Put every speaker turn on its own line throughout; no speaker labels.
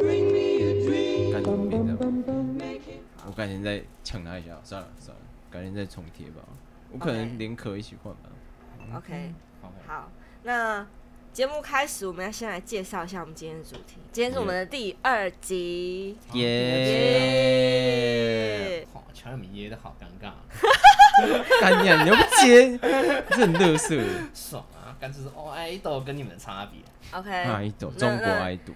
bring me a dream.
干什么变这样？
Make it
我改天再抢他一下，算了算了，改天再重贴吧。我可
OK
能连壳一起换吧。
OK，
好
好，那节目开始，我们要先来介绍一下我们今天的主题。今天是我们的第二集，
耶！
耶！
好，乔尔米噎的好尴尬，
干你啊！你又不接，你这很乐色。
爽啊！干脆是哦，爱豆跟你们的差别。
OK，
爱豆，啊中国爱豆，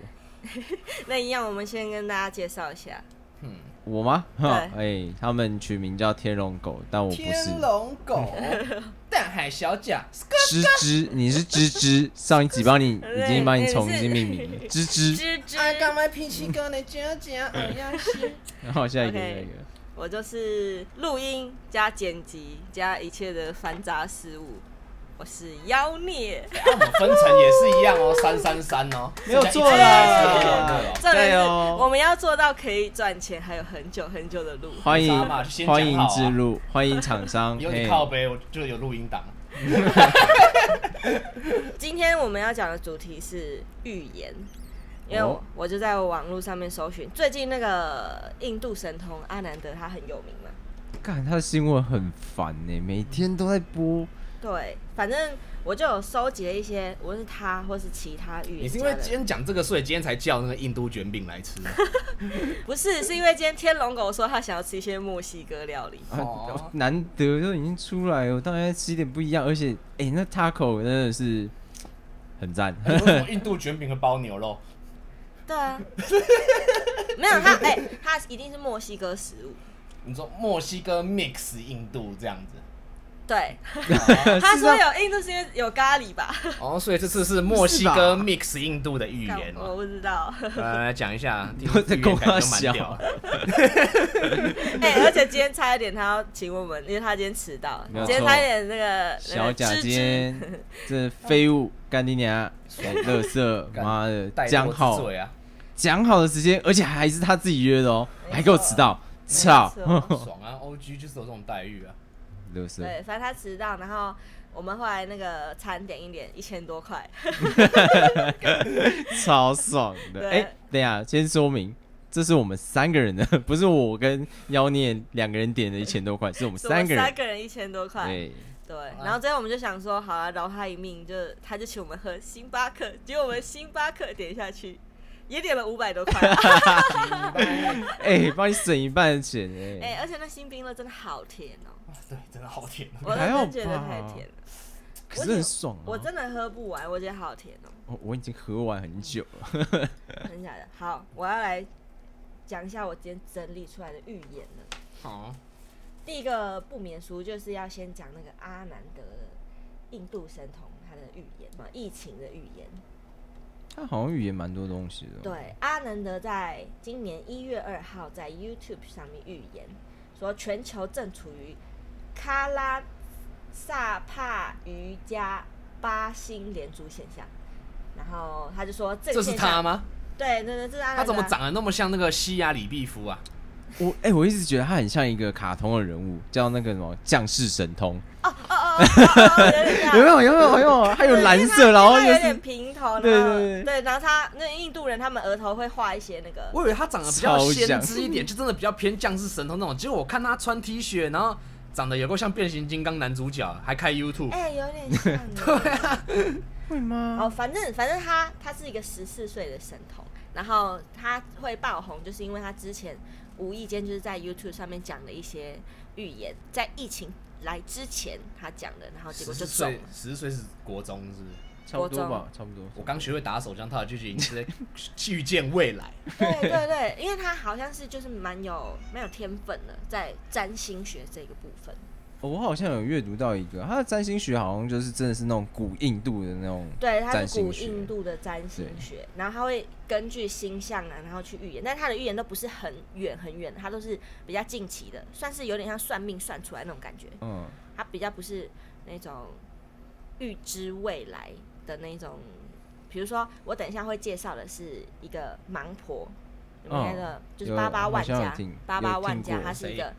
那一样，我们先跟大家介绍一下。
嗯，
我吗？哈，
对
哎，他们取名叫天龙狗，但我不是
天。龙 狗，淡海小甲，
芝芝，你是芝芝，上一集帮你
对
已经帮你
你
重
是
新命名了，芝芝。
吱吱，
啊，干嘛脾气跟你讲
嗯
讲，哎呀西。
然后下一个，
OK
下一个，
我就是录音加剪辑加一切的繁杂事物，我是妖孽。
那我们分层也是一样 哦，三三三哦，
没有错
啦
啦。
重点
对
是
哦
我们要做到可以赚钱，还有很久很久的路。
欢迎
沙马就先讲好啊
欢迎之路，欢迎厂商。
有你
嘿
靠背，我就有录音档。
今天我们要讲的主题是预言，因为
哦
我我就在网络上面搜寻，最近那个印度神童阿南德他很有名嘛，
看他的新闻很烦呢、每天都在播。
对，反正我就有收集了一些，无论是他或是其他预言，
你是因为今天讲这个，所以今天才叫那个印度卷饼来 吃。
不是，是因为今天天龙狗说他想要吃一些墨西哥料理。
啊
哦
难得都已经出来了，我当然要吃一点不一样。而且，哎、那 taco 真的是很赞。
哎为什么印度卷饼和包牛肉？
对 啊，没有他，哎、他一定是墨西哥食物。
你说墨西哥 mix 印度这样子？
对， 他说呃有印度是因为有咖喱吧？
哦，所以这次是墨西哥 mix 印度的预
干
言
我
哦。
不知道。
来讲一下，
都在跟我
预言感觉蛮
笑
屌的。
哎、而且今天差一点他要请我们，因为他今天迟到。
没有
今
错
天差一点那个
小贾
那个芝芝
今天这废物干你娘，乐色，
干
妈的，
带
讲
我之
好
罪 啊！
讲好的时间，而且还是他自己约的哦，
没错
还给我迟到，操，
没错
爽啊！OG 就是有这种待遇啊。
乐色，
对，反正他迟到，然后我们后来那个餐点一点一千多块，
超爽的。
对
哎、等一下先说明。这是我们三个人的， 不是我跟妖孽两个人点的一千多块，是我们
是我们
三个人
三。个人一千多块。
对，
对，
啊
然后最后我们就想说，好啊，饶他一命，就他就请我们喝星巴克，结果我们星巴克点下去，也点了五百多块，
哎、帮你省一半的钱 哎、
哎、而且那新冰乐真的好甜哦，
哇对，真的好甜哦。
我
还好
真的觉得
吧
太甜了，
可是很爽、啊。
我真的喝不完，我觉得好甜哦，
我我已经喝完很久了。
真假的。好，我要来讲一下我今天整理出来的预言了。
好，
第一个不免俗就是要先讲那个阿南德的印度神童他的预言
嗯
嘛，疫情的预言。
他好像语言蛮多东西的。，哦
对，阿南德在今年一月二号在 YouTube 上面预言说，全球正处于卡拉萨帕瑜伽八星连珠现象。然后他就说这
这
个
是
现
他
象，
吗？
对对对，这是阿南德啊。
他怎么长得那么像那个西雅里毕夫啊？
我哎、我一直觉得他很像一个卡通的人物，叫那个什么将士神通，
哦？哦哦哦哦哦，有 点像
有没有？有没有？有没 有？还有
对
蓝
因为
色，
他
然后
因
又
为他有
是
点平头，
对
然后
对对
对，然后他那印度人他们额头会画一些那个，
我以为他长得比较
超
先
像
知一点，就真的比较偏僵尸神童那种。结果我看他穿 T 恤，然后长得有够像变形金刚男主角，还开 YouTube。
哎、有点 像耶。对啊，
会吗？
哦，反正反正他他是一个十四岁的神童，然后他会爆红，就是因为他之前无意间就是在 YouTube 上面讲了一些预言，在疫情来之前他讲的，然后结果
十
就
四
中
岁
了，。
十岁是国中是不是？
差不多吧，差不多。
我刚学会打手枪，他就已经 是在预见未来。
对对对，因为他好像是就是蛮有蛮有天分的，在占星学这个部分。
哦我好像有阅读到一个，他的占星学好像就是真的是那种古印度的那种，
对，它
占
是古
星学
印度的占星
对
学，然后它会根据星象啊，然后去预言，但它的预言都不是很远很远的，它都是比较近期的，算是有点像算命算出来那种感觉，
嗯，
它比较不是那种预知未来的那种。比如说，我等一下会介绍的是一个盲婆，你们
哦
那个就是
有
八八万
好像
家
有听，
八八万
有
家，
听过哎
它是一个，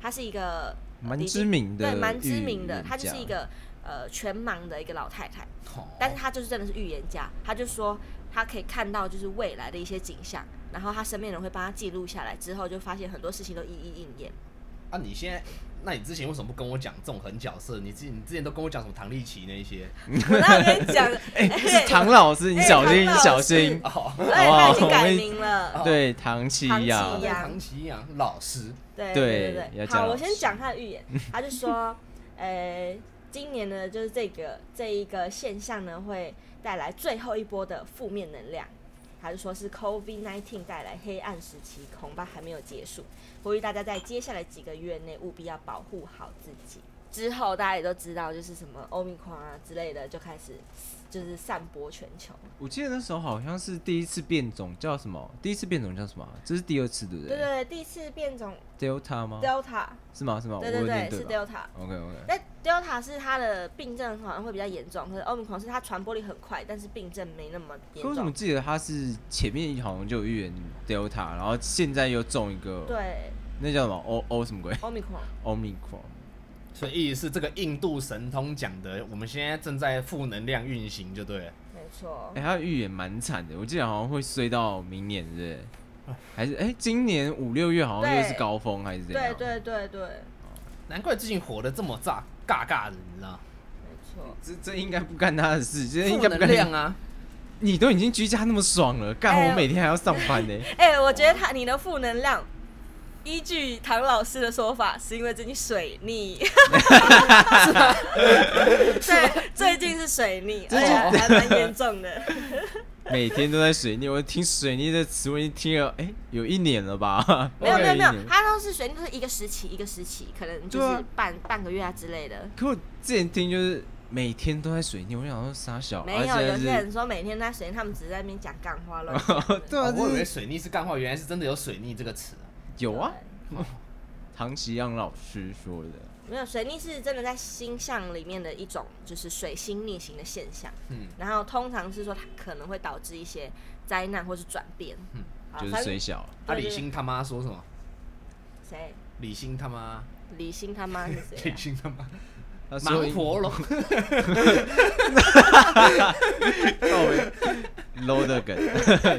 它是一个呃
蛮
已
知
经
名的，
对，蛮知名的，她就是一，个呃全盲的一个老太太。
哦
但是他就是真的是预言家，他就说他可以看到就是未来的一些景象，然后他身边人会帮他记录下来，之后就发现很多事情都一一应 验。
啊，你现在，那你之前为什么不跟我讲这种狠角色？你之你之前都跟我讲什么唐丽奇那一些？
我那我跟你讲，哎、
是唐老师，你小心，
哎
你
唐老师
小心，
哦，
对，哎他已
好不好
经改
哎我们
名了。
对，唐七
唐
呀
七一，样
唐奇阳老师，
对
对
对
要
对对，
讲
好，
老
我先
实
讲他的预 言，他就说，呃，今年呢，就是这个这一个现象呢，会带来最后一波的负面能量。他就说是 COVID-19 带来黑暗时期，恐怕还没有结束，呼吁大家在接下来几个月内务必要保护好自己。之后大家也都知道，就是什么欧米狂啊之类的，就开始就是散播全球。
我记得那时候好像是第一次变种叫什么？第一次变种叫什么啊？这是第二次对不
对对对，第四变种
Delta 吗？
Delta，
是吗？是吗？
对
哦我
对对
有念，
是
吧
Delta。
OK OK，
但 Delta 是它的病症好像会比较严重，可是欧米狂是它传播力很快，但是病症没那么严
可我怎么
重。
记得他是前面好像就有预言 Delta，然后现在又中一个，，
对，
那叫什么 O O 什么鬼
欧米狂，
？Omicron。
哦
所以意思是这个印度神通讲的，我们现在正在负能量运行，就对了。
没错
哎、。他的预言蛮惨的，我记得好像会衰到明年，对不对？还是哎、今年五六月好像又是
嗯对
高峰，还是怎样？
对，对对对，没
难怪最近火的这么炸，尬尬的，你 知道？
错。
这这应该不干他的事，这应
负
该不
能
干
量啊，
你都已经居家那么爽了，干、
哎
我每天还要上班呢、
哎、我觉得他你的负能量，依据唐老师的说法，是因为最近水 逆。对，最近是水逆，而且还蛮严重 的。
每天都在水逆，我听水逆这词我已经听了，哎、有一年了吧？
没有没有没有
快一，年
它都是水逆，都是一个时期一个时期，可能就
对
是
啊
半、半个月啊之类的。
可我之前听就是每天都在水逆，我想说傻小，
没有，
而
有
且
些
啊是
人说每天在水，他们只是在那边讲干话乱 讲
对啊，
哦我以
就
为
是
水逆是干话，原来是真的有水逆这个词啊。
有啊，
对
唐奇阳老师说的，
没有水逆是真的在星象里面的一种，就是水星逆行的现象。
嗯，
然后通常是说它可能会导致一些灾难或是转变。
嗯
好，
就是
反
水小，
啊，
对
李
对
欣他妈说什么？
谁？
李欣他妈，
李欣他妈是 谁、
李
啊？
欣他妈，
他说
盲 婆罗，
low 的梗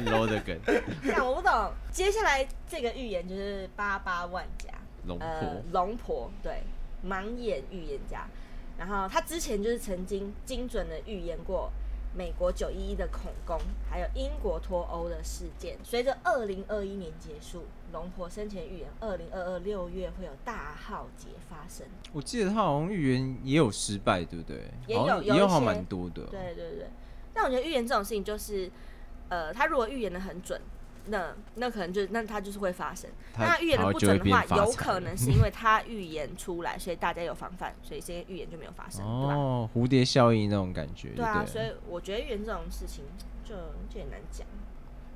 ，low 的梗，
看我不懂。接下来这个预言就是八八万家，
龙
呃
婆，
龙婆对，盲眼预言家。然后他之前就是曾经精准的预言过美国九一一的恐攻，还有英国脱欧的事件。随着二零二一年结束，龙婆生前预言二零二二六月会有大浩劫发生。
我记得他好像预言也有失败，对不对？
也有
好像
有
也
一
有好
些
蛮多的，哦
对对对，但我觉得预言这种事情就是，呃，他如果预言的很准，那那可能就那他就是会发生。
他
那他预言的
好
不
就会
准的话
变，发
有
财
可能是因为他预言出来，所以大家有防范，所以这些预言就没有发生，对吧？
哦，蝴蝶效应那种感觉，
对啊，所
以
以我觉得预言这种事情就就很难讲。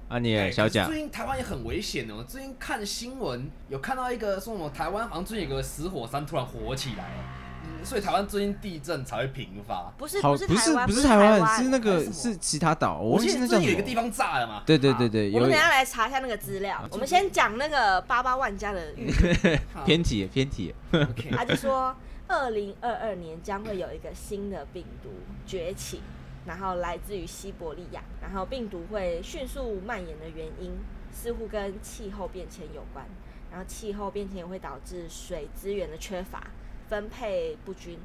啊，你
哎
也小
可
蒋
是最近台湾也很危险哦。最近看新闻有看到一个说什么台湾好像最近有个死火山突然火起来了，嗯所以台湾最近地震才会频发。
不是
好，
是
不
台
是
湾，
不
不
是
台
台湾，是
是
那
还
个
是什
是
么
其他岛，我
我
忘
记
记
得
那
最
叫
近
什
有一个地
么。
方炸了嘛？
对对对对，
啊我
有
们
一
等
啊
一下来查一下那个资料。我们先讲那个八八万家的预言。
啊
偏题了偏题了，
OK
他就说，二零二二年将会有一个新的病毒崛起，然后来自于西伯利亚，然后病毒会迅速蔓延的原因似乎跟气候变迁有关，然后气候变迁也会导致水资源的缺乏、分配不均，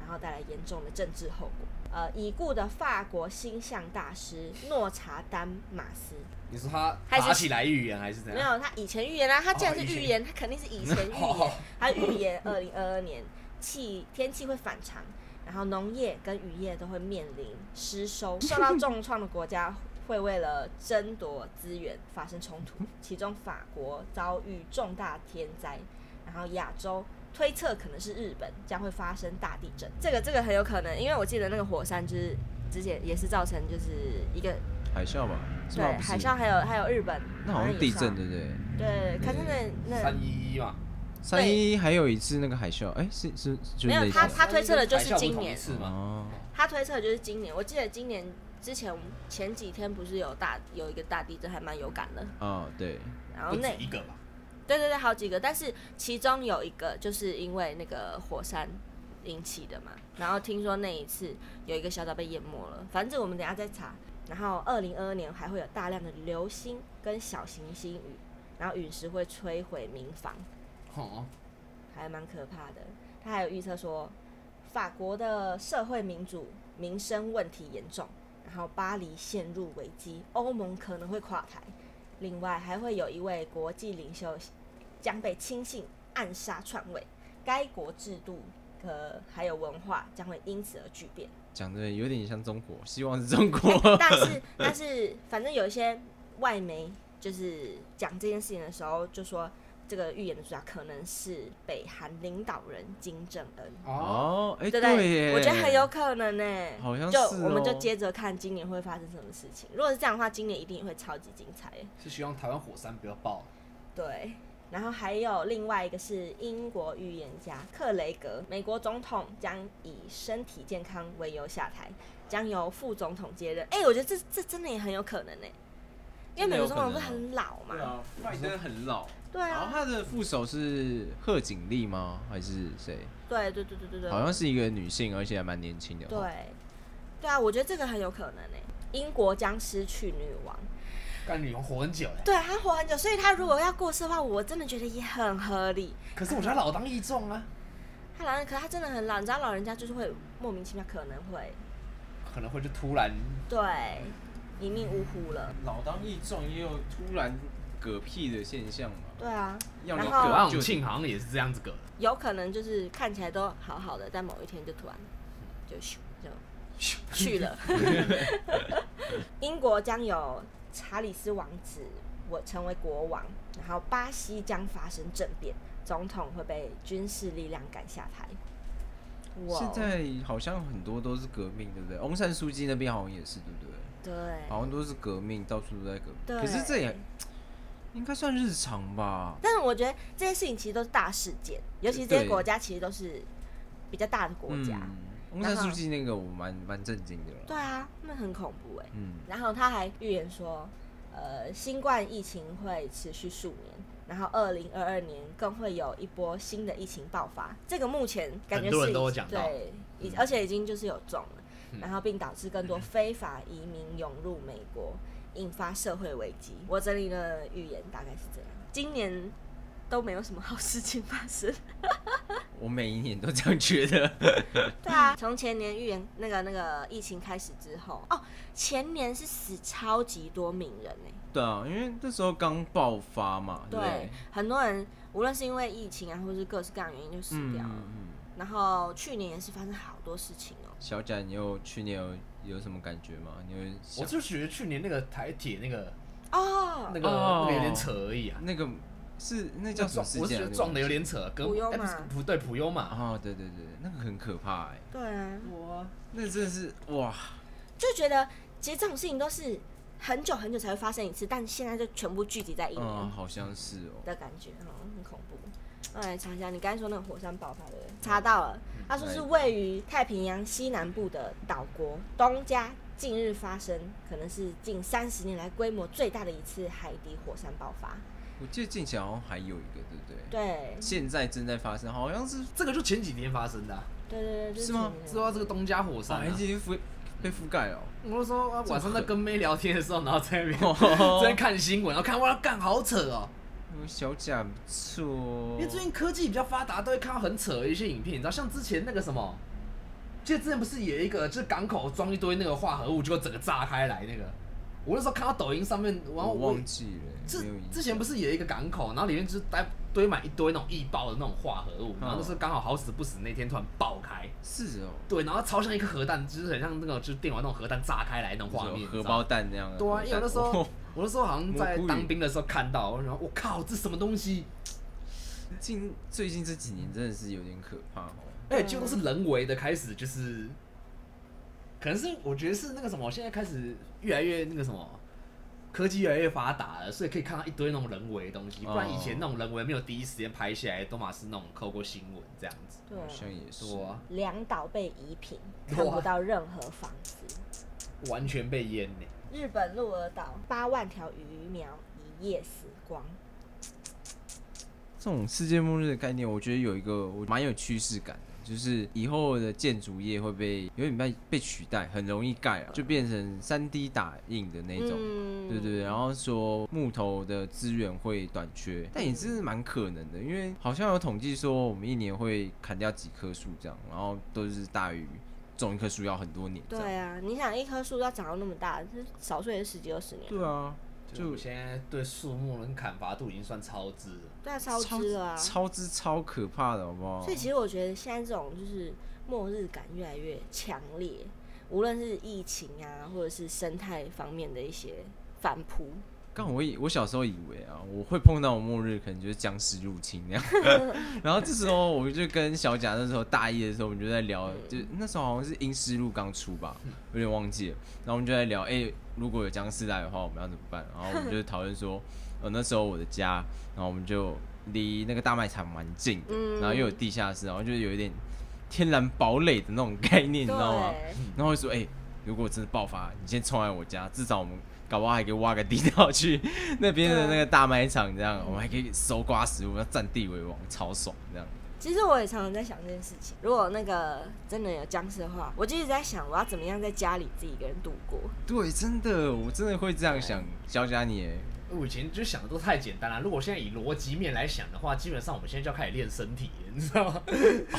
然后带来严重的政治后果。呃，已故的法国星象大师诺查丹马斯，
你说他
还是
爬起来预言还是怎
没
样？
有他以前预言啊，他既然
哦
是
以前
预言，他肯定是以前预
哦
言，他 预言二零二二年气天气会反常，然后农业跟渔业都会面临失收，受到重创的国家会为了争夺资源发生冲突，其中法国遭遇重大天灾，然后亚洲、推测可能是日本将会发生大地震。这个这个很有可能，因为我记得那个火山就是之前也是造成就是一个
海啸吧？是
对
吗？不是
海啸，还有还有日本，
那好像
也啊
地
算
震对不对？
对，可是那那
三一一嘛，
三一还有一次那个海啸，哎，是是就是
没有
那一次
他
吗
他推测的就是今
哦海啸不同一
年，
次嘛，
哦，
他推测的就是今年。我记得今年之前前几天不是有大有一个大地震，还蛮有感的。
哦对，
然后
不止
那
一个吧。
对对对，好几个，但是其中有一个就是因为那个火山引起的嘛。然后听说那一次有一个小岛被淹没了，反正这个我们等一下再查。然后二零二二年还会有大量的流星跟小行星雨，然后陨石会摧毁民房。
哦，
还蛮可怕的。他还有预测说，法国的社会民主民生问题严重，然后巴黎陷入危机，欧盟可能会垮台。另外，还会有一位国际领袖将被亲信暗杀篡位，该国制度和还有文化将会因此而巨变。
讲的有点像中国，希望是中 国。
哦
但是但是，反正有一些外媒就是讲这件事情的时候，就说这个预言的主角可能是北韩领导人金正恩。
哦，
哦，哎
对不
对
对？
耶，
我觉得很有可能呢、
好像
就是我们就
哦
接着看今年会发生什么事情。如果是这样的话，今年一定也会超级精彩耶。
是希望台湾火山不要爆。
对，然后还有另外一个是英国预言家克雷格，美国总统将以身体健康为由下台，将由副总统接任。哎、我觉得这这真的也很有可能呢、因为美国总统不是很老嘛，
啊
拜登很老，
对
然后
啊，
他的副手是贺锦丽吗？还是谁？
对对对对对对，
好像是一个女性，而且还蛮年轻的。哦
对，，对啊，我觉得这个很有可能呢、英国将失去女王，
干女王活很久哎，
对他活很久，所以他如果要过世的话，我真的觉得也很合理。
可是我觉得他老当益壮啊，
他老人，可他真的很老，你知道老人家就是会莫名其妙可能会
可能会就突然
对一命呜呼了。
老当益壮，也有突然嗝屁的现象嘛。
对啊，
要
然
你
葛
可爱
后
昂庆好像也是这样子葛。
有可能就是看起来都好好的，但某一天就突然就咻就咻去 了。英国将有查理斯王子我成为国王，然后巴西将发生政变，总统会被军事力量赶下台。哇
现在好像很多都是革命，对不对？翁山书记那边好像也是，对不对？
对，
好像都是革命，到处都在革命。
对
可是这也应该算日常吧？
但是我觉得这些事情其实都是大事件，尤其这些
对
国家其实都是比较大的国家。
嗯，翁山书记那个我蛮蛮震惊的
对
了。
啊，那很恐怖哎、
嗯，
然后他还预言说，呃，新冠疫情会持续数年，然后二零二二年更会有一波新的疫情爆发。这个目前感觉
很多
是
人
已
都有讲到嗯
对，已而且已经就是有中了，然后并导致更多非法移民涌入美国，引发社会危机。我整理的预言大概是这样，今年都没有什么好事情发生。
我每一年都这样觉得。
对啊，从前年预言那个那个疫情开始之后，哦，前年是死超级多名人呢、
对啊，因为那时候刚爆发嘛，对不
对
对？，
很多人无论是因为疫情啊，或是各式各样的原因就死
嗯，
掉了。
嗯嗯
然后去年也是发生好多事情哦、
小贾，你有去年有有什么感觉吗？你有
我
想
就觉得去年那个台铁那个
哦，
那个
哦
那个有点扯而已啊，
那个是那叫什么
撞
事
我是
件
觉
啊？
得
那
撞
个
的有点扯，跟
普悠
哎不是
嘛
不对普悠嘛，
哦，对对对，那个很可怕哎，
对啊，
我
那真的是哇，
就觉得其实这种事情都是很久很久才会发生一次，但现在就全部聚集
哎
在一
嗯，
年
好像是哦，
的感觉，哦、很恐怖。嗯我来哎查一下，你刚才说那个火山爆发对不对？查到了，他说是位于太平洋西南部的岛国东加近日发生，可能是近三十年来规模最大的一次海底火山爆发。
我记得近期好像还有一个，对不对？
对，
现在正在发生，好像是
这个就前几天发生的啊，
对对对，就是
吗
前
知道这个东加火山
反
啊
正已经覆被覆盖了哦。
我就说啊晚上在跟妹聊天的时候，然后 在那边
哦
在看新闻，然后看哇干好扯哦，
嗯小贾不错哦，
因为最近科技比较发达，都会看到很扯的一些影片，你知道像之前那个什么，记得之前不是有一个就是港口装一堆那个化合物，结果整个炸开来那个，我那时候看到抖音上面，然后
我忘记了，
之
没有印象
之前不是有一个港口，然后里面就是堆堆满一堆那种易爆的那种化合物，
嗯
然后就是刚好好死不死那天突然爆开，
是哦，
对，然后超像一颗核弹，就是很像那个就是电玩那种核弹炸开来那种
就是
画
有
面，
荷
你知道
包
吗。
蛋那样的
对
荷
啊，
包蛋。
因 为我那时候
哦，
我那时候好像在
蘑菇鱼
当兵的时候看到，然后我靠，这什么东西？
近最近这几年真的是有点可怕哦。
而哎且几乎都是人为的开始，就是可能是我觉得是那个什么，现在开始越来越那个什么，科技越来越发达了，所以可以看到一堆那种人为的东西。不然以前那种人为没有第一时间拍下来，都嘛是那种透过新闻这样子。
对
好，像也是。
对啊，
两岛被夷平，
哇
看不到任何房子。
完全被淹呢、
日本鹿儿岛八万条鱼苗一夜死光。
这种世界末日的概念，我觉得有一个我蛮有趋势感的，就是以后的建筑业会被有点被被取代，很容易盖啊，就变成三 D 打印的那种。
嗯
对对对，然后说木头的资源会短缺，但也是蛮可能的，因为好像有统计说我们一年会砍掉几棵树这样，然后都是大于种一棵树要很多年这样。
对啊，你想一棵树要长到那么大，是少说也是十几二十年。
对啊，
就
就
我现在对树木跟砍伐度已经算超支了。
对啊，超支了啊。
超支超可怕的，好不好？
所以其实我觉得现在这种就是末日感越来越强烈，无论是疫情啊，或者是生态方面的一些反扑。
刚我以我小时候以为啊，我会碰到末日，可能就是僵尸入侵 那样。 然后这时候我就跟小贾那时候大一的时候，我们就在聊，
嗯
就那时候好像是《阴尸路》刚出吧，有点忘记了。然后我们就在聊，哎、如果有僵尸来的话，我们要怎么办？然后我 们就讨论说，呃，那时候我的家，然后我们就离那个大卖场蛮近的，
嗯
然后又有地下室，然后就有一点天然堡垒的那种概念，你知道吗？
对，
然后会说，哎、如果真的爆发，你先冲来我家，至少我们搞不好还可以挖个地道去 那边的那个大卖场，这样我们还可以搜刮食物，要占地为王，超爽这样。
其实我也常常在想这件事情。如果那个真的有僵尸的话，我就一直在想，我要怎么样在家里自己一个人度过。
对，真的，我真的会这样想。哎小贾你耶，
哦我以前就想的都太简单了。如果现在以逻辑面来想的话，基本上我们现在就要开始练身体了，你知道吗？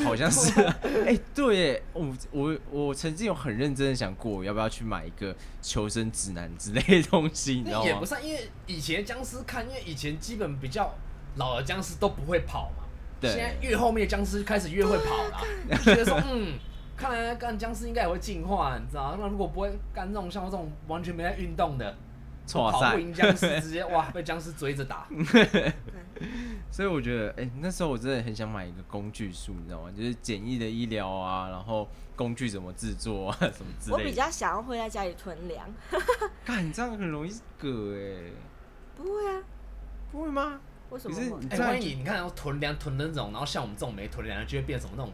好像是、啊，哎、对 耶，我我我曾经有很认真的想过，要不要去买一个求生指南之类的东西，你知
那
道
也不
吗？
算，因为以前僵尸看，因为以前基本比较老的僵尸都不会跑嘛。
对啊
现在越后面的僵尸开始越会跑了，就觉得说，嗯，看来干僵尸应该也会进化，你知道吗？那如果不会干这种像我这种完全没在运动的，
错
跑
赛
不赢僵尸，直接哇被僵尸追着 打。
所以我觉得，哎、那时候我真的很想买一个工具书，你知道吗？就是简易的医疗啊，然后工具怎么制作啊，什么之
我
类
比
的。
较想要会在家里囤粮。
干，你这样很容易嗝哎、
不会啊，
不会吗？
为什么
可是
会？
你
哎、
这样
万一你看要囤粮囤那种，然后像我们这种没囤粮的，就会变什么那种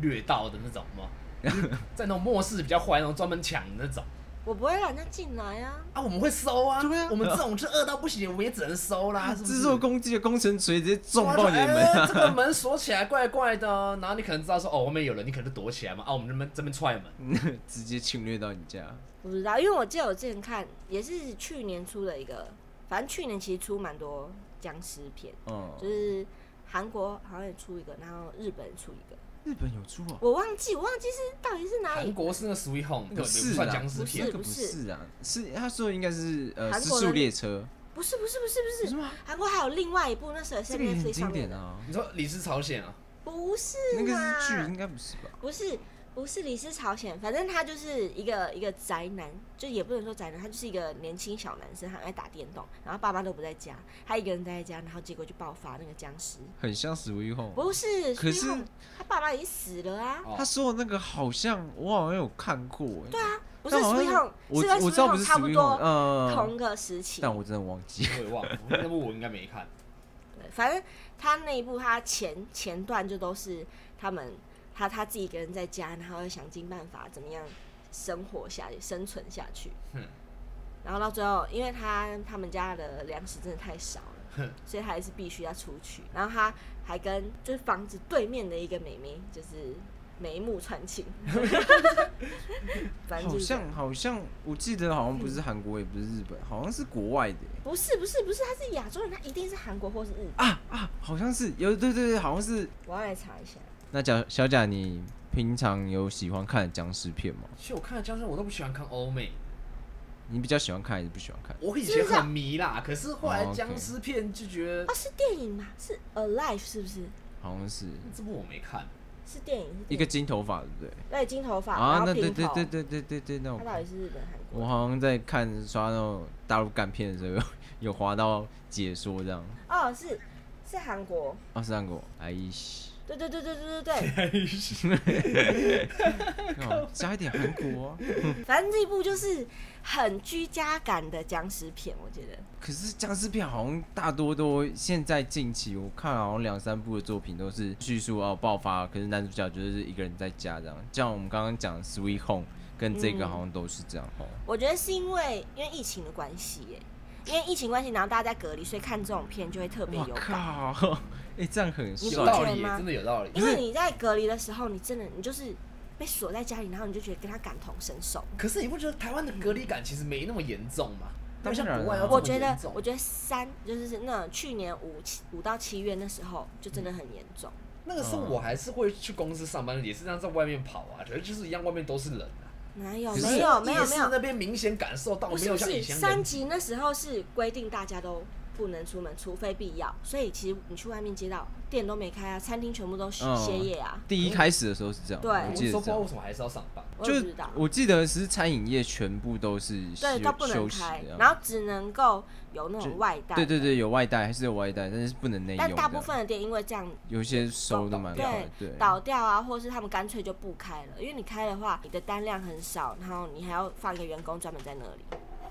掠道的那种嘛， 在那种末世比较坏，那种专门抢的那种。
我不会让人家进来啊。
啊，我们会收啊，
对啊
我们这种就饿到不行，我们也只能收 啦。是不是
制作工具的工程锤直接
对
撞
啊
爆你的
就
门、
哎这个门锁起来怪怪的哦，然后你可能知道说哦，外面有人，你可能就躲起来嘛。啊，我们这边这边踹门，
直接侵略到你家。
不知道，因为我记得我之前看也是去年出的一个，反正去年其实出蛮多僵尸片，
嗯，
就是韩国好像也出一个，然后日本出一个，
日本有出啊？
我忘记我忘记是到底是哪
韩
里，
国是那个 Sweet Home，对，
不
不
是
算
啦
僵尸
那
片
是
个
哎不
不是啊，是他说的应该是呃《
韩
失
国的
速列车
不是不是不是不
是
是
吗，
韩国还有另外一部，那时候也》，是
这个也很
Netflix
经
上面
典
的，
啊。
你说《李氏朝鲜》啊？
不是
那个
啦，
是剧，应该不是吧？
不是不是李斯朝鲜，反正他就是一个一个宅男，就也不能说宅男，他就是一个年轻小男生，他很爱打电动，然后爸妈都不在家，他一个人待在家，然后结果就爆发那个僵尸。
很像《死无遗后》。
不是，
可
所以
是
后他爸爸已经死了啊。
哦
他说的那个好像我好像有看过、欸。对啊，
不是 Sweet Home，
我
是跟
我知道
Sweet
不
Home
是
差不
Sweet
多
Home，嗯
同个时期。
但我真的忘记。
我也忘了，那部我应该没看。
对，反正他那一部，他前前段就都是他们他他自己一个人在家，然后要想尽办法怎么样生活下去、生存下去。
嗯
然后到最后，因为他他们家的粮食真的太少了，所以他还是必须要出去。然后他还跟就是房子对面的一个妹妹，就是眉目传 情，反正
好
就是这样
像好像我记得好像不是韩国，也不是日本，好像是国外的欸、
不是不是不是，他是亚洲人，他一定是韩国或是日本。
啊啊，好像是有对对对，好像是。
我要来查一下。
那小小贾，你平常有喜欢看的僵尸片吗？
其实我看的僵尸我都不喜欢看欧美，
你比较喜欢看还是不喜欢看？
我以前很迷啦，可是后来
哦，OK
僵尸片就觉得
哦，是电影嘛？是 Alive 是不是？
好像是
这部我没看。
是电影，是
一
电
个
影
金头发，对不对？
对金头发，然
啊，
后
那对
平
对
头，
对对对对对，那
他到
我
底是日本韩国？
我好像在看刷那种大陆干片的时候，有有滑到解说这样。
哦，是是韩国。
哦，是韩国，哎西，
对对对对对对
哦加一点韩国啊、
对，反正这一部就是很居家感的僵尸片，我觉得。
可是僵尸片好像大多都现在近期我看好像两三部的作品都是叙述哦爆发，可是男主角就是一个人在家这样。像我们刚刚讲《Sweet Home》跟这个
嗯
好像都是这样哦。
我觉得是因为因为疫情的关系，耶，因为疫情关系，然后大家在隔离，所以看这种片就会特别
哇
有感。
靠！ 哎、这样很
哎你
有
不觉
帅
道
得
理耶
吗，
真的有道理。
因为你在隔离的时候，你真的你就是被锁在家里，然后你就觉得跟他感同身受。
可是你不觉得台湾的隔离感其实没那么严重吗？
当
不像
然
国外
啊
要这
我
么
觉得
严，重
我觉得三就是那去年五七五到七月那时候就真的很严重。
那个时候我
嗯
还是会去公司上班，也是这样在外面跑啊，觉得就是一样，外面都是人啊。
哪有
可是
没有没有
夜
没
市
有
那，边明显感受
哦
到
不
没
是
有
不
像以
是，
前
三
人
级那时候是规定大家都不能出门，除非必要。所以其实你去外面街道，店都没开啊，餐厅全部都歇
嗯
歇业啊。
第一开始的时候是这样，
对
我
我
记
说不
得
知
是这
道
样
为。什么还是要上班。
我也不
就
知道，
我记得是餐饮业全部都是
对，
休
都不能
休息
开
这，样
然后只能够有那
就
种外带。
对对。对，有外带还是有外带，但是不能内用
但
的。
大部分的店因为这样
有一些收的蛮快
对，
对，
倒掉啊，或是他们干脆就不开了，因为你开的话，你的单量很少，然后你还要放一个员工专门在那里，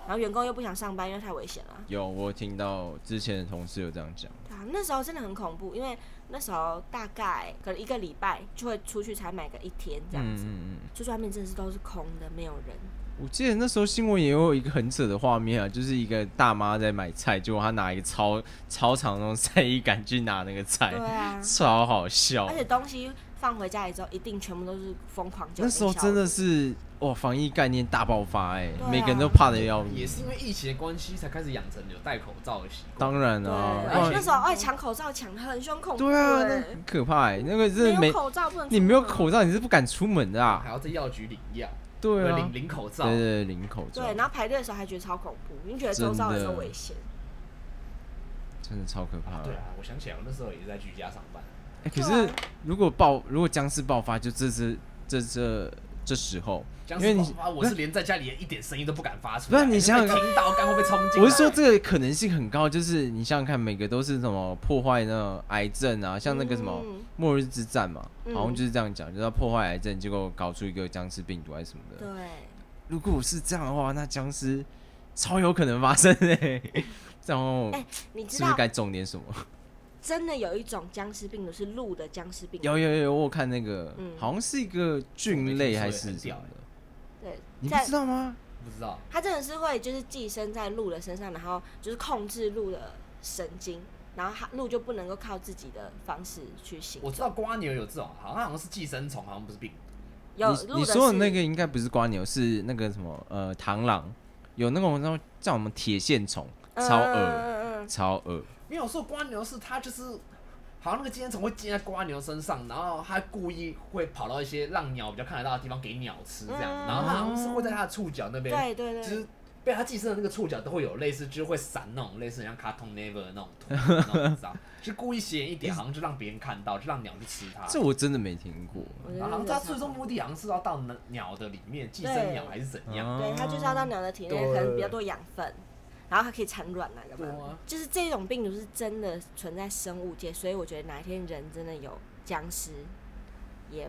然后员工又不想上班，因为太危险了。
有我有听到之前的同事有这样讲，
对啊，那时候真的很恐怖，因为那时候大概可能一个礼拜就会出去才买个一天这样
嗯
子，
嗯嗯，
出去外面真的是都是空的，没有人。
我记得那时候新闻也有一个很扯的画面啊，就是一个大妈在买菜，结果她拿一个超超长那种晒衣杆去拿那个菜
对，啊，
超好笑
而。且东西放回家里之后，一定全部都是疯狂就
那时候真的是哇，防疫概念大爆发哎、
对啊
每个人都怕的要
也
命。
是因为疫情的关系，才开始养成有戴口罩的习惯。
当然
对，
啊，
而且
哇
那时候哎抢口罩抢的很凶恐怖，
对啊，那
哎
很可怕哎、那个真的
没
没
有口罩不能出门，
你没有口罩你是不敢出门的啊
还。要在药局领药，
对啊，
领领口罩。
对对对，领口罩，
对，然后排队的时候还觉得超恐怖，你觉得周遭人都
真的
危险。
真的超可怕
啊
的。
对啊，我想起来，我那时候也是在居家上班。
哎、可
对
是
啊
如果爆，如果僵尸爆发，就这次这这这时候，
僵
因为
尸
你
爆发，我是连在家里一点声音都不敢发出
不
来。
是你想想
因为听到，刚会被冲进来。
我是说这个可能性很高，就是你想想看，每个都是什么破坏那种癌症啊，像那个什么
嗯
末日之战嘛，
嗯
好像就是这样讲，就是要破坏癌症，结果搞出一个僵尸病毒还是什么的。
对，
如果是这样的话，那僵尸超有可能发生哎、 这样我
哎你知
是不是
道
该种点 什么？
真的有一种僵尸病毒是鹿的僵尸病毒，
有有有，我有看那个、
嗯
好像是一个菌类还是什么
我没听说也很屌
的，
对，
你不
欸在
知道吗？
不知道，
它真的是会就是寄生在鹿的身上，然后就是控制鹿的神经，然后它鹿就不能够靠自己的方式去行
我。知道瓜牛有这种，好像好像是寄生虫，好像不是病。
有
你
鹿
你
的
说的
是
那个应该不是瓜牛，是那个什么呃螳螂，有那种叫叫什么铁线虫，超恶、
嗯嗯嗯嗯
超恶。
没有说瓜牛是它就是，好像那个寄生虫会寄在瓜牛身上，然后它故意会跑到一些让鸟比较看得到的地方给鸟吃这样，
嗯
然后它好像是会在它的触角那边，
对对
就
对
是。被它寄生的那个触角都会有类似，就是会闪那种类似像 cartoon never 那种图，那种你知道，就故意显眼 一点，好像就让别人看到，就让鸟去吃它。
这我真的没听过。
我觉
然
得
后好像
那
它
个
最终目的好像是要到那鸟的里面寄生
对
鸟还是怎
哦
样？
对它就是要到鸟的体内，
对
可能比较多养分，然后它可以产卵啊，干
对
嘛？
啊，
就是这种病毒是真的存在生物界，所以我觉得哪一天人真的有僵尸，也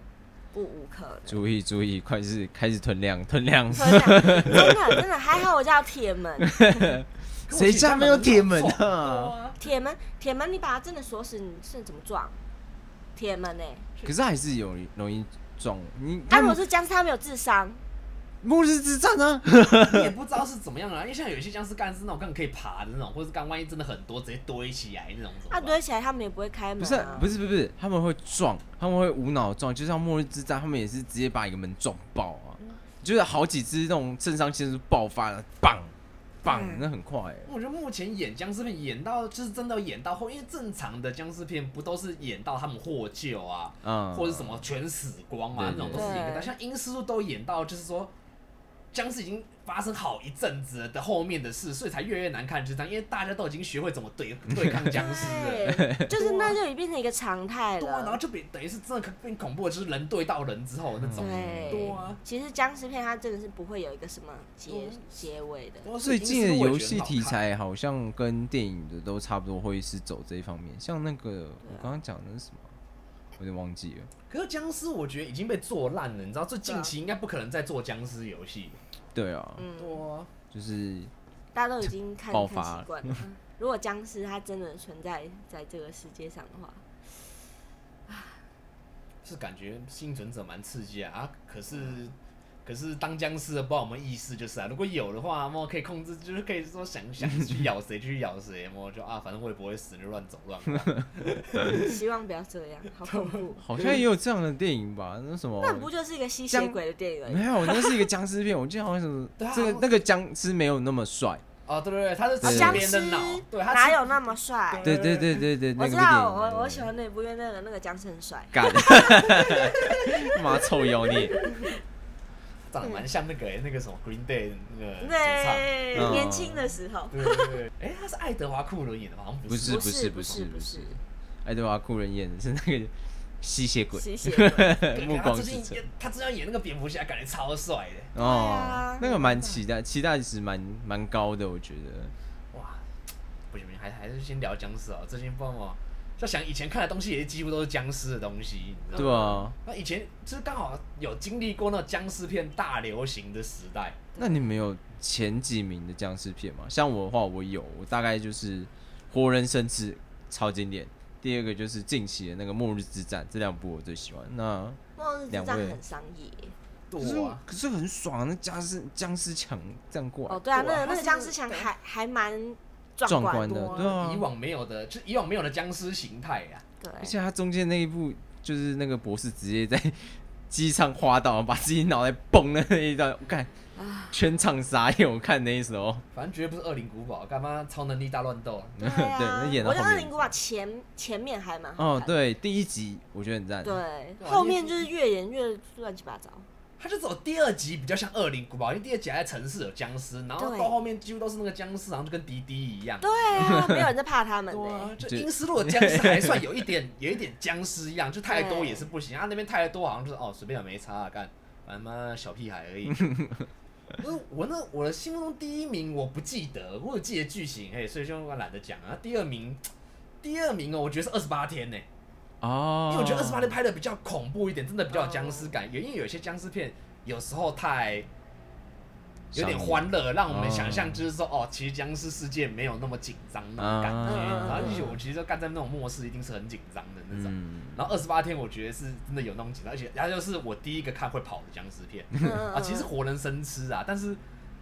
不无可能。
注意注意，快是开始囤粮囤粮，
真的真的真的还好，我叫铁门，
可我记得
谁家
它
没有
们
铁
很
门
壮
啊？
铁门铁门，你把它真的锁死，你是怎么撞？铁门呢、欸？
可是还是有容易撞你。
啊，如果是啊僵尸，他没有智商，
末日之战啊呢？
你也不知道是怎么样啊啦，因为像有些僵尸干是那种根本可以爬的那种，或者是干万一真的很多直接堆起来那种怎么
啊，
办，
堆起来他们也不会开门、啊。
不是不是不是，他们会撞，他们会无脑撞，就像末日之战，他们也是直接把一个门撞爆啊，
嗯
就是好几只那种肾上腺素爆发了，棒棒，
嗯
那很快欸。
我觉得目前演僵尸片演到就是真的演到后，因为正常的僵尸片不都是演到他们获救啊，
嗯，
或者什么全死光啊那
对
种都是演
对
的，但像《阴尸路》都演到就是说僵尸已经发生好一阵子了的后面的事，所以才越来越难看，就是这样，因为大家都已经学会怎么 对对抗僵尸了。
对，就是那就已变成一个常态
对啊，然后
了。
就变等于是真的变恐怖了，就是人对到人之后那
嗯
种。对
对
啊，
其实僵尸片它真的是不会有一个什么结
嗯
结尾的。
最近的游戏题
因为
材好像跟电影的都差不多，会是走这一方面。像那个
啊
我刚刚讲的是什么，我有点忘记了。
是我觉得很好看，可是僵尸我觉得已经被做烂了，你知道，最近期应该不可能再做僵尸游戏。
对啊，
嗯，
啊，
就是
大家都已经看
爆
看
发。
习惯了。如果僵尸它真的存在在这个世界上的话，
是感觉幸存者蛮刺激啊啊！可是可是当僵尸的不知道有没有意识，就是啊，如果有的话，么可以控制，就是可以说想想去咬谁就去咬谁，么就啊，反正我也不会死，就乱走乱晃。
希望不要这样，好恐怖
好像也有这样的电影吧？那什么？
那不就是一个吸血鬼的电影而
没
已？
有，那是一个僵尸片。我记得好像什 么
对啊，
这个那个僵尸没有那么帅。
哦，对对对，他是
对
吃
僵
别人
尸
的脑，对，他
哪
吃
有那么帅？
对对对对对，那
嗯我
个
知
电影
道，我我喜欢那部，因为那个那个僵尸很帅。
干， 妈臭妖孽！
长得蛮像那个欸那个什么 Green Day 的那个主唱。
对
嗯，
年轻的时候。
对对对，哎、他是爱德华库伦演的吗？好像不
不
是
是
不是
不
不
是
是
不
不
是哎
是，
爱德华库人演的是那个 吸血鬼，
吸血 鬼。
对
目
他
光
最
之
近
城
演他最近演那个蝙蝠侠，感觉超帅的，
哦
啊，
那个蛮期待，期待值蛮蛮高的，我觉得。
哇！不行不行，还还是先聊僵尸啊！最近不知道为什么就想以前看的东西也几乎都是僵尸的东西，你知道吗？
对啊，
那以前就是刚好有经历过那种僵尸片大流行的时代，
那你们有前几名的僵尸片吗？像我的话，我有，我大概就是《活人生吃》超经典，第二个就是近期的那个《末日之战》，这两部我最喜欢。那
末日之
两
战
位
很商业。
对
可是
啊，
可是很爽，那僵尸僵尸强这样过
哦，
来，
对啊，
对啊
那个
它
那个
是
僵尸墙还还蛮
壮
壮
观
观
的，
多
对啊
以。往没有的，就以往没有的僵尸形态啊，
对，
而且他 中间那一部就是那个博士直接在机上滑倒，把自己脑袋崩的那一段，我看
啊
全场傻眼。我看那一时 候，
反正绝对不是《恶灵古堡》，干嘛超能力大乱斗啊？
对，那演到
我觉得《
后
恶
面
灵。古堡》前前面还蛮好
哦，
看的，
对，第一集我觉得很赞。
对
对啊
后面就是越演越乱七八糟。
它就只有第二集比较像《恶灵古堡》，因为第二集还在城市有僵尸，然后
对
到后面几乎都是那个僵尸，然后就跟迪迪一样。
对 啊，没有人在怕他们
对啊
呢。，
就
就
英斯路的僵尸还算有一 点有一点僵尸一样，就太多也是不行。啊，那边太多好像就是哦随便啊没差啊，干反正妈小屁孩而 已。不是我那我的心目中第一名我不记得，我有记得剧情，哎，所以就懒得讲啊。第二名，第二名哦，我觉得是二十八天呢、
哦，
因为我觉得二十八天拍的比较恐怖一点，真的比较有僵尸感。有因为有些僵尸片有时候太有点欢乐，让我们想象就是说，哦，其实僵尸世界没有那么紧张那种感
嗯
觉。然后而且我其实就干在那种末世，一定是很紧张的那种。
嗯，
然后二十八天，我觉得是真的有那种紧张，而且它就是我第一个看会跑的僵尸片
嗯
啊。其实活人生吃啊，但是不知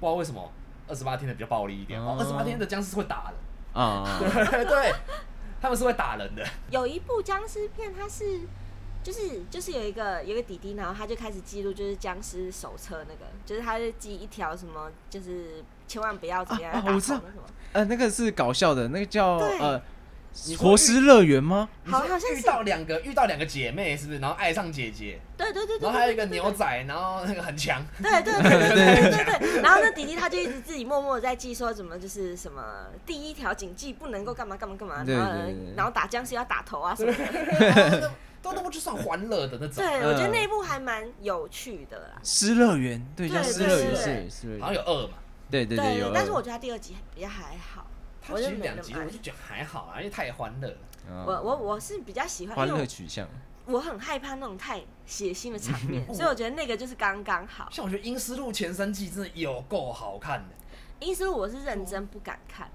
道为什么二十八天的比较暴力一点，
哦
二十八天的僵尸会打人，
啊啊，啊
对对，他们是会打人的。
有一部僵尸片，它是就是就是有一个有一个弟弟，然后他就开始记录就是僵尸手册那个，就是他就记一条什么，就是千万不要怎么样，
啊啊
要打
我知道
跑那什么。
呃，那个是搞笑的，那个叫
对
呃
你说
活尸乐园吗？
你说
好好像是
遇到两个遇到两个姐妹是不是？然后爱上姐姐，
对对对对
然后还有
对
一个牛仔，然后那个 很强，
对对对对对对。然后那弟弟他就一直自己默默地在记说怎么就是什么第一条谨记不能够干嘛干嘛干嘛，
对
然后
对对
然后打僵尸要打头啊什么的。
都那么就算欢乐的那种。
对，我觉得那一部还蛮有趣的啦。
失乐园，对，
对
叫失
对
乐园，
对
失乐园失乐
好像
园，
有二嘛，
对对对，有。
但是我觉得他第二集比较还好，
它
我
其
就
实
没那
两
么
集
爱
我就。觉得还好啊，因为太欢乐了。
嗯
我我我是比较喜欢，
啊欢
因为
乐
我
取向，
我很害怕那种太血腥的场 面，所以我觉得那个就是刚刚好。
像我觉得《阴尸路》前三季真的有够好看的，
因此我是认真不敢看，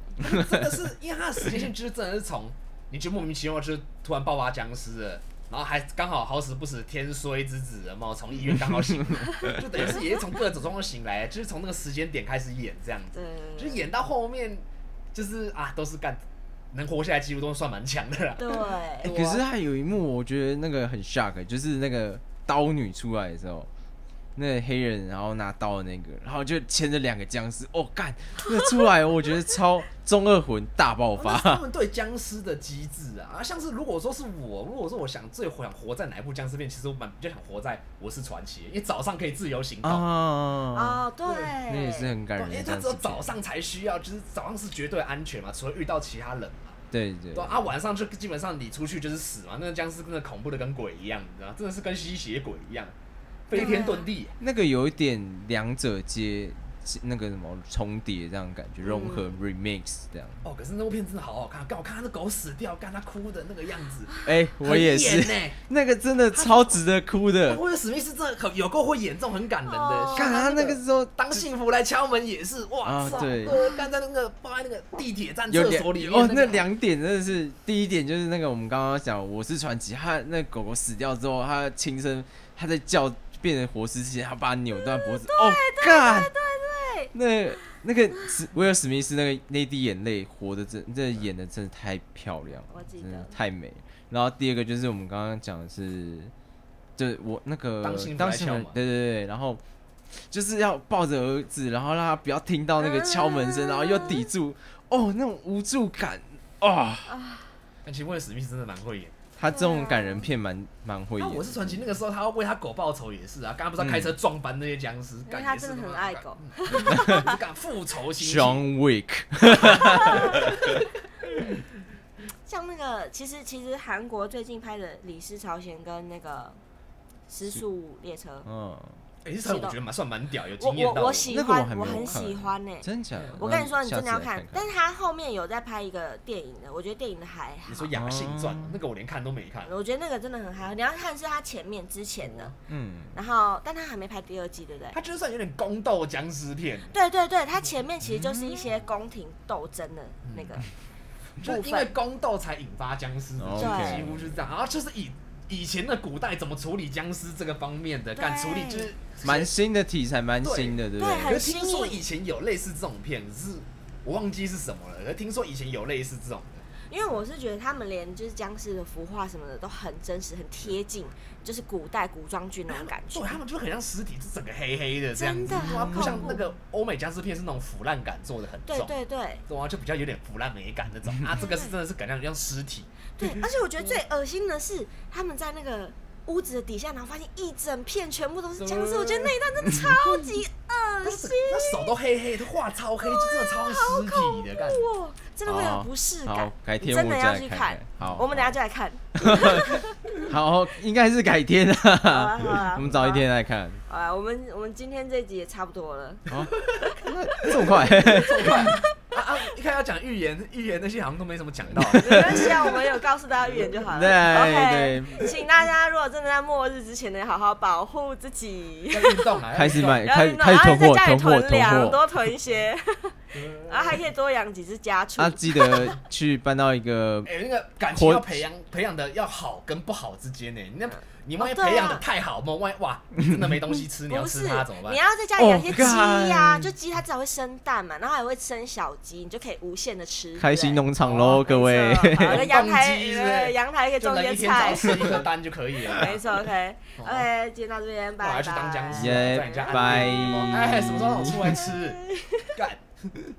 真的是因为它的时间线就是真的是从你就莫名其妙就是突然爆发僵尸了。然后还刚好好死不死天衰之子了嘛，从医院刚好醒 来，就等于是也是从各种状况醒来，就是从那个时间点开始演这样子。
对，
哦就是演到后面，就是啊，都是干能活下来，几乎都算蛮强的啦。
对，
哎、
啊
欸可是他有一幕，我觉得那个很 shock，就是那个刀女出来的时候，那黑人然后拿刀的那个，然后就牵着两个僵尸，哦干，那出来我觉 得超中二魂大爆
哦那是他
发，
们对僵尸的机制啊，啊，像是如果说是我，如果说我想最想活在哪一部僵尸片，其实我蛮比较想活在《我是传奇》，因为早上可以自由行动。
啊，
哦，对，
那也是很感
哎对
人
因为他
的僵
只有
尸
早
片，
上才需要，就是早上是绝对安全嘛，除了遇到其他人嘛。
对对
对啊，晚上就基本上你出去就是死嘛，那个僵尸真的恐怖的跟鬼一样，你知道吗，真的是跟吸血鬼一样，飞天遁地。
那个有一点两者皆那个什么重叠这样感觉，融合
嗯
remix 这样。
哦，可是那部片真的好好看，干我看他那狗死掉，干他哭的那个样子，
哎、我也
很
是，
演欸 哦
那个真的超值得哭的。
威尔史密斯真的可有够会演这种很感人的
哦，
像
看他那个时候
当幸福来敲门也是，哇
啊
操！
对
呃刚在那个放在那个地铁站
有
厕
两
所里面
哦，
那个
那两点真的是，第一点就是那个我们刚刚讲我是传奇，他那狗狗死掉之后，他亲身他在叫变成活尸之前，他把它扭断脖子，哦，干，
对
那那个史威尔史密斯那个那滴眼泪，活的真这演的真的太漂亮
我
了，
记
真
得
的太美了。然后第二个就是我们刚刚讲的是，就是我那个
当幸福来
幸
敲
福
门
对对对，然后就是要抱着儿子，然后让他不要听到那个敲门声，
啊
然后又抵住，哦，那种无助感啊，
但其实威哎尔史密斯真的蛮会演。
他这种感人片蛮蛮会
那
演的。
我是传奇那个时候，他要为他狗报仇也是啊，刚刚不是要开车撞翻那些僵尸，
因为
干
嗯他
也是
真的
他
很
妈
爱
干
狗，
嗯是干复仇心切。
John Wick，
像那个其实其实韩国最近拍的《李氏朝鲜》跟那个《时速列车》，
嗯，
哎，这我觉得蛮算蛮屌，有
我
经验到
我我喜
那个我还
欢，
没有
很
看
喜欢呢、
真假的？嗯
我跟你说，你
下
真
次
的要
来
看，
看。
但是他后面有在拍一个电影的，我觉得电影的还
你
好
说。《雅信传》
哦
那个我连看都没看，
我觉得那个真的很好，你要看是他前面之前的，
嗯，
然后但他还没拍第二季，对不对？
他就是算有点宫斗僵尸片，
对对对，他前面其实就是一些宫廷斗争的
嗯
那个，
就是因为宫斗才引发僵尸的
哦
剧，
对
几乎就是这样。然后就是以以前的古代怎么处理僵尸这个方面的，干
对
处理就是
蛮新的题材，蛮新的，对不
对
对？
很
可是听
新
说
颖
以前有类似这种片，只是我忘记是什么了。可是听说以前有类似这种的，
因为我是觉得他们连就是僵尸的服化什么的都很真实、很贴近，就是古代古装剧那种感觉
对。他们就很像尸体，就整个黑黑的这样子，
真的很
哇不像
恐怖
那个欧美僵尸片是那种腐烂感做的很
对
重，
对对
对啊，就比较有点腐烂美感 那种啊。这个是真的是感觉像尸体，
对，
嗯
而且我觉得最恶心的是他们在那个屋子的底下，然后发现一整片全部都是僵尸，我觉得那一段真的超级恶心。
那手都黑黑的，画超黑，就真的超像尸体的感觉。
哇，真的会有不适
好
感
好。改天
你真
我
的
再
要
来
去
看
看
看。好
我们等下就来看。
好，应该是改天
好
啊，
啊好啊，
我们早一天 来看。
好啊。我们我们今天这集也差不多了。
好，那这么快？
啊啊！一看要讲预言，预言那些好像都没什么讲 到。
没关系啊，我们有告诉大家预言就好了。
对
OK，请大家如果真的在末日之前呢，好好保护自己。
要运动啊，
开始买，
哎然后
哎
啊
开
运
始
动
开始囤
然后在家里
货，囤货，
囤
囤
粮，
货。
多囤一些， 然后还可以多养几只家畜
啊，。记得去搬到一个
哎、那个感情
活
要培养培养的要好跟不好之间呢、你那你万一
哦对啊
培养的太好，我万一哇，你真的没东西吃，你要
不
吃
是
它怎么，办
你？要在家里养一些鸡呀、
Oh, God
就鸡它至少会生蛋嘛，然后还会生小鸡，你就可以无限的吃。
开心农场喽，
哦
各位。
对不对没错 好那阳
种鸡是不是
台，呃阳台可以
就
种
能
些
一天早
菜
上。吃一颗蛋就可以了。
没错，OK，OK，、今天到这边，
我
拜
还
拜。
去当僵尸，啊
耶
在你家
拜
按摩哎，什么时候让我出来吃？干。